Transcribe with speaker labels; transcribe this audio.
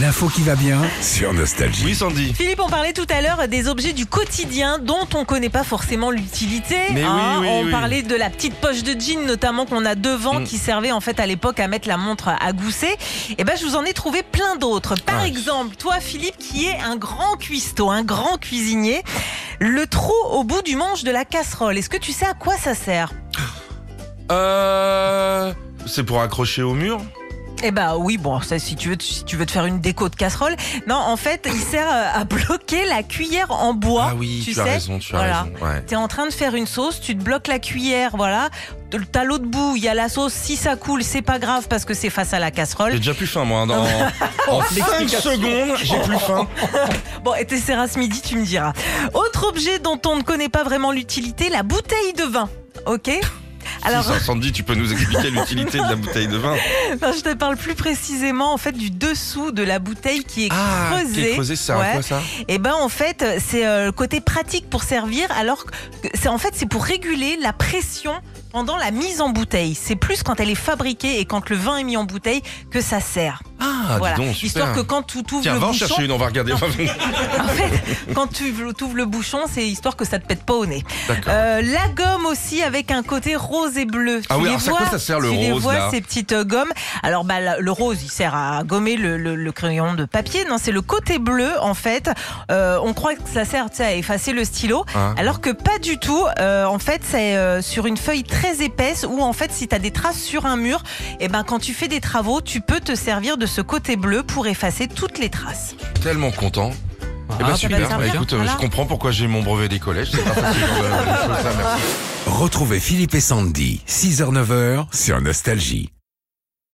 Speaker 1: L'info qui va bien sur Nostalgie.
Speaker 2: Oui, Sandy.
Speaker 3: Philippe, on parlait tout à l'heure des objets du quotidien dont on ne connaît pas forcément l'utilité. hein.
Speaker 2: Mais oui, oui,
Speaker 3: on
Speaker 2: oui.
Speaker 3: parlait de la petite poche de jean notamment qu'on a devant
Speaker 2: Mm.
Speaker 3: qui servait en fait à l'époque à mettre la montre à gousset. Et ben je vous en ai trouvé plein d'autres. Par
Speaker 2: Ah.
Speaker 3: exemple, toi Philippe qui est un grand cuistot, un grand cuisinier, le trou au bout du manche de la casserole. Est-ce que tu sais à quoi ça sert
Speaker 2: Euh. C'est pour accrocher au mur
Speaker 3: Eh ben oui, bon, ça, si tu veux, si tu veux te faire une déco de casserole, non, en fait, il sert euh, à bloquer la cuillère en bois.
Speaker 2: Ah oui, tu,
Speaker 3: sais.
Speaker 2: as raison, tu as
Speaker 3: Voilà.
Speaker 2: raison. Ouais.
Speaker 3: T'es en train de faire une sauce, tu te bloques la cuillère, voilà. T'as l'autre bout, il y a la sauce. Si ça coule, c'est pas grave parce que c'est face à la casserole.
Speaker 2: J'ai déjà plus faim, moi. hein, Dans... en 5 secondes, j'ai plus faim.
Speaker 3: Bon, et t'essaieras ce midi, tu me diras. Autre objet dont on ne connaît pas vraiment l'utilité, la bouteille de vin. Ok Alors,
Speaker 2: Si, ça, Sandy, tu peux nous expliquer l'utilité de la bouteille de vin
Speaker 3: non, je te parle plus précisément en fait du dessous de la bouteille qui est
Speaker 2: Ah, qui est
Speaker 3: creusée.
Speaker 2: creusé, c'est un
Speaker 3: Ouais.
Speaker 2: quoi ça
Speaker 3: Et ben en fait, c'est euh, le côté pratique pour servir, alors que c'est en fait c'est pour réguler la pression pendant la mise en bouteille. C'est plus quand elle est fabriquée et quand le vin est mis en bouteille que ça sert.
Speaker 2: Ah,
Speaker 3: voilà,
Speaker 2: dis donc, super.
Speaker 3: histoire que quand tu ouvres
Speaker 2: Tiens,
Speaker 3: le
Speaker 2: va en
Speaker 3: bouchon,
Speaker 2: chercher une, on va regarder.
Speaker 3: en fait, quand tu ouvres le bouchon, c'est histoire que ça te pète pas au nez.
Speaker 2: D'accord.
Speaker 3: Euh, la gomme aussi avec un côté rose et bleu.
Speaker 2: Ah
Speaker 3: tu
Speaker 2: oui,
Speaker 3: les
Speaker 2: alors c'est à
Speaker 3: vois,
Speaker 2: quoi ça sert, le
Speaker 3: tu les
Speaker 2: rose,
Speaker 3: vois,
Speaker 2: là
Speaker 3: ces petites euh, gommes. Alors bah, la- le rose, il sert à gommer le, le- le crayon de papier. Non, c'est le côté bleu en fait. Euh, on croit que ça sert tu sais, à effacer le stylo,
Speaker 2: Ah.
Speaker 3: alors que pas du tout. Euh, en fait, c'est euh, sur une feuille très épaisse où en fait, si tu as des traces sur un mur, et ben quand tu fais des travaux, tu peux te servir de ce côté bleu pour effacer toutes les traces.
Speaker 2: Ah, Tellement content.
Speaker 3: Ah,
Speaker 2: eh ben,
Speaker 3: ça va
Speaker 2: super.
Speaker 3: te servir,
Speaker 2: Bah, écoute, euh,
Speaker 3: voilà.
Speaker 2: je comprends pourquoi j'ai mon brevet des collèges. C'est pas facile. euh, de choses à faire.
Speaker 1: Retrouvez Philippe et Sandy, 6h-9h sur Nostalgie.